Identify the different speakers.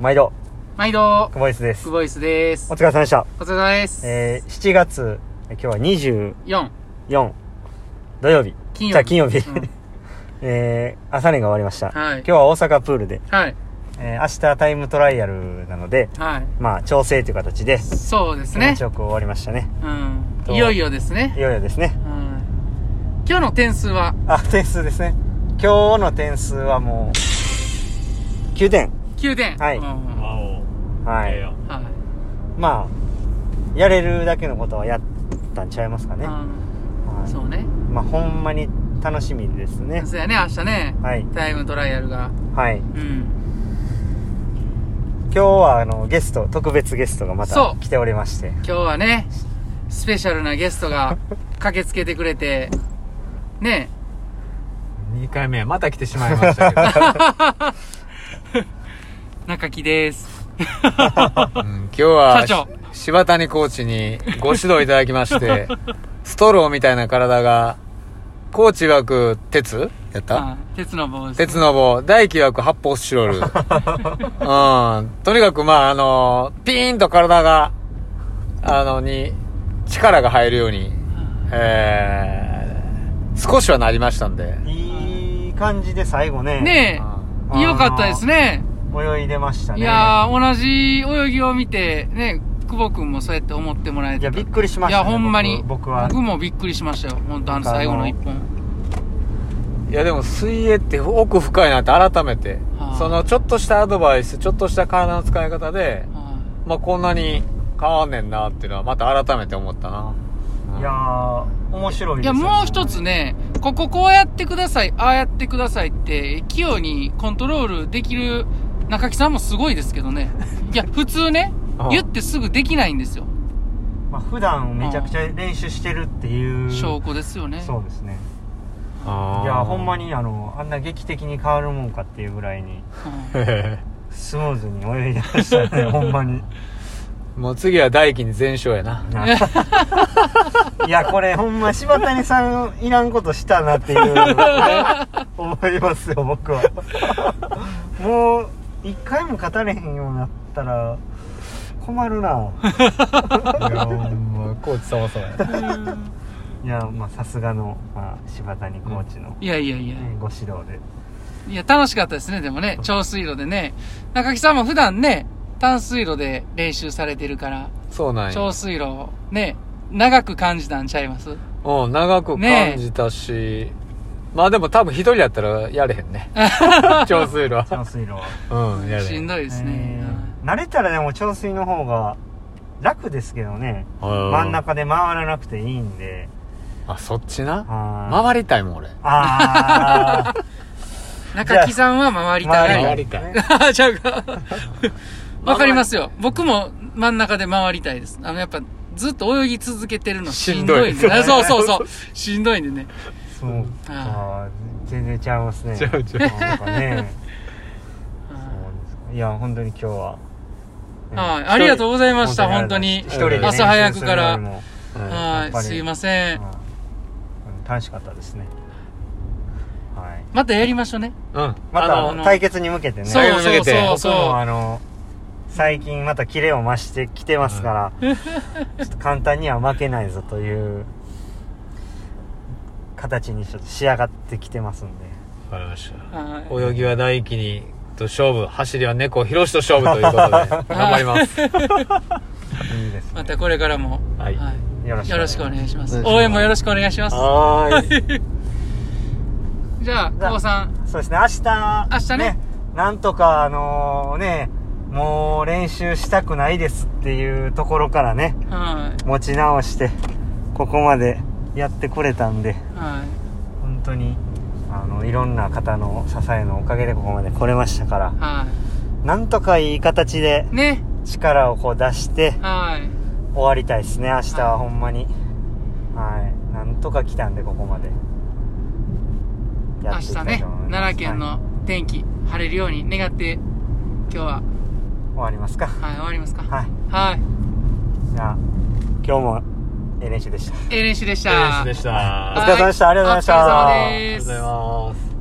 Speaker 1: 毎度、
Speaker 2: 毎度、
Speaker 1: 久保井です
Speaker 2: ク。ボイスです。
Speaker 1: お
Speaker 2: お
Speaker 1: 疲れ様でした。
Speaker 2: 疲れ様です。
Speaker 1: えー、7月、今日は24、
Speaker 2: 4、
Speaker 1: 土曜日。
Speaker 2: 金曜日。
Speaker 1: じゃあ金曜日。
Speaker 2: うん
Speaker 1: えー、朝練が終わりました。
Speaker 2: はい
Speaker 1: 今日は大阪プールで、
Speaker 2: はい。
Speaker 1: えー、明日タイムトライアルなので、
Speaker 2: はい。
Speaker 1: まあ、調整という形で、
Speaker 2: そうです
Speaker 1: 気持
Speaker 2: ね
Speaker 1: ち。よく終わりましたね。
Speaker 2: うん。
Speaker 1: と
Speaker 2: いよいよですね
Speaker 1: い。よいよですね
Speaker 2: う。ん。今日の点数は
Speaker 1: あ、点数ですね。今日の点数はもう、9点。
Speaker 2: 9点。
Speaker 1: はい
Speaker 2: うんは
Speaker 3: わお
Speaker 1: はい。
Speaker 3: ええやん
Speaker 2: い。
Speaker 1: まあ、やれるだけのことはやったんちゃいますかね。は
Speaker 2: うん
Speaker 1: い
Speaker 2: そうね。
Speaker 1: まあ、ほんまに楽しみですね。
Speaker 2: そうやね、明日ね。
Speaker 1: はい。
Speaker 2: タイムトライアルが。
Speaker 1: はい。
Speaker 2: うん。
Speaker 1: 今日は、あの、ゲスト、特別ゲストがまた
Speaker 2: そう
Speaker 1: 来ておりまして。
Speaker 2: 今日はね、スペシャルなゲスト が駆けつけてくれて、ね。
Speaker 3: 2回目また来てしまいましたけ
Speaker 2: 中木です。
Speaker 3: ど、うん今日は
Speaker 2: 社
Speaker 3: し柴谷コーチにご指導いただきまして ストローみたいな体がコーチ曰く鉄やった、
Speaker 2: うん鉄の棒です。
Speaker 3: 鉄の棒大輝曰く発泡スチロール うんとにかくまああのピーンと体があのに力が入るようにえー、少しはなりましたんで、
Speaker 1: いい感じで最後ね。
Speaker 2: ね
Speaker 1: うん
Speaker 2: え、よかったですね。
Speaker 1: 泳いでましたね。
Speaker 2: いやー、同じ泳ぎを見て、ね、久保君もそうやって思ってもらえて
Speaker 1: い
Speaker 2: た。
Speaker 1: やびっくりしました、ね。
Speaker 2: いや、ほんまに。
Speaker 1: 僕僕は。
Speaker 2: もびっくりしましたよ。ほんと、あの最後の一本。
Speaker 3: いやでも水泳って奥深いなって改めて、
Speaker 2: はい
Speaker 3: そのちょっとしたアドバイスちょっとした体の使い方で、
Speaker 2: はい
Speaker 3: まあ、こんなに変わんねんなっていうのはまた改めて思ったない
Speaker 1: やー、面白い
Speaker 2: い
Speaker 1: ですよ
Speaker 2: や、
Speaker 1: ね
Speaker 2: もう一つ。ね、こここうやってください、ああやってくださいって、器用にコントロールできる中木さんもすごいですけ どね。いや、普通ね
Speaker 3: ああ、
Speaker 2: 言ってすぐできないんですよ。
Speaker 1: まあ、普段めちゃくちゃ練習してるっていう。
Speaker 2: 証拠ですよね。
Speaker 1: そうですね。
Speaker 3: あ
Speaker 1: いやー、ほんま
Speaker 3: に
Speaker 1: にあの、あんな劇的に変わるもんかっていうぐらいに、
Speaker 2: うん
Speaker 1: スムーズに泳いでました ね、ほんまに。
Speaker 3: もう次は大輝に全勝やな
Speaker 1: いや、これほんま柴谷さんいらんことしたなっていう、ね、思いますよ、僕は。もう、一回も勝たれへんようになったら、困るな。
Speaker 3: いやほんまコーチ様様や
Speaker 1: いや、まあさすがの、まあ、柴谷コーチの、
Speaker 2: いやいやいや。
Speaker 1: ねご指導で。
Speaker 2: いや、楽しかったですね、でもね、長水路でね。中木さんも普段ね、短水路で練習されてるから、
Speaker 3: そうなんや
Speaker 2: 長水路をね、長く感じたんちゃいます
Speaker 3: うん長く感じたし、まあでも多分一人やったらやれへんね長水路は
Speaker 1: 長水路は。
Speaker 3: うんやれ
Speaker 2: し
Speaker 3: へ
Speaker 2: ん
Speaker 3: ん
Speaker 2: どいですね。
Speaker 1: えー慣れたらでも長水の方が楽ですけどね。真
Speaker 3: 真
Speaker 1: ん中で回らなくていいんで。
Speaker 3: あそっちな
Speaker 1: あ
Speaker 3: 回りたいもん俺
Speaker 1: ーあー。
Speaker 2: 中木さんは 回りた
Speaker 3: 回
Speaker 2: い。
Speaker 3: りたい
Speaker 2: あ、ちゃうか。わかりますよ。僕も真ん中で回りたいです。あの、やっぱ、ずっと泳ぎ続けてるのしんどいんで、
Speaker 3: しんどい
Speaker 2: ね。そうそうそう。しんどいんでね。
Speaker 1: そうか、全然ちゃいますね。
Speaker 3: ちゃうちゃう
Speaker 1: なんかね。そうですかいや、本当に今日は。うん
Speaker 2: はいありがとうございました
Speaker 1: 一
Speaker 3: 本当に
Speaker 1: 人で
Speaker 3: 朝
Speaker 2: 早くか
Speaker 1: 練習するよ
Speaker 2: ら
Speaker 1: りも
Speaker 3: うん
Speaker 1: や
Speaker 2: は
Speaker 1: っぱ
Speaker 2: い。
Speaker 1: り
Speaker 2: すいません。
Speaker 1: うん楽しかったですね。はい。
Speaker 2: またやりましょうね。
Speaker 3: うん。
Speaker 1: ま
Speaker 3: あの
Speaker 2: の
Speaker 1: た対決に向けてね。
Speaker 2: そう
Speaker 3: 投げ
Speaker 2: そ
Speaker 3: 抜
Speaker 2: う
Speaker 3: けて
Speaker 2: そう
Speaker 1: 僕
Speaker 2: そう。
Speaker 1: もあの、最近またキレを増してきてますから、 ちょっと簡単には負けないぞという形にちょっと仕上がってきてますんで。
Speaker 3: わかりました。
Speaker 2: はい
Speaker 3: 泳ぎは大輝にと勝負、走りは猫ひろしと勝負ということで、頑張ります。
Speaker 1: いいですね
Speaker 2: ま。たこれからも、
Speaker 3: はい
Speaker 1: よろ
Speaker 2: よろしくお
Speaker 1: いし
Speaker 2: 願いします
Speaker 3: お願いします
Speaker 2: 応援もよろしくお願いします
Speaker 3: はーい。
Speaker 2: じゃあ久保さん
Speaker 1: ます。そうですね、明日、
Speaker 2: 明日ね
Speaker 1: なんとか、あのね、もう練習したくないですっていうところからね、
Speaker 2: は
Speaker 1: 持ち直して、ここまでやってくれたんで、
Speaker 2: いは
Speaker 1: 本当に、あの、いろんな方の支えのおかげでここまで来れましたから
Speaker 2: い、は
Speaker 1: なんとかいい形で
Speaker 2: いね
Speaker 1: 力をこう出して
Speaker 2: はい
Speaker 1: 終わりたいですね、明日はほんまに。はい。なんとか来たんで、ここまで。
Speaker 2: 明
Speaker 1: やっていき
Speaker 2: 日
Speaker 1: たい
Speaker 2: ね
Speaker 1: と思います
Speaker 2: 奈良県
Speaker 1: はい
Speaker 2: の天気晴れるように願って今日は
Speaker 1: 終わりますか。
Speaker 2: はい終わりますか
Speaker 1: はい。
Speaker 2: はい
Speaker 1: じゃあ、今日も、ええ練習でした。
Speaker 2: ええ練習でした
Speaker 3: エレンスでした。
Speaker 1: お疲れ様でしたありがとうございました
Speaker 2: お疲れ様
Speaker 3: あり
Speaker 2: で
Speaker 3: がとうご
Speaker 2: す
Speaker 3: ざいます。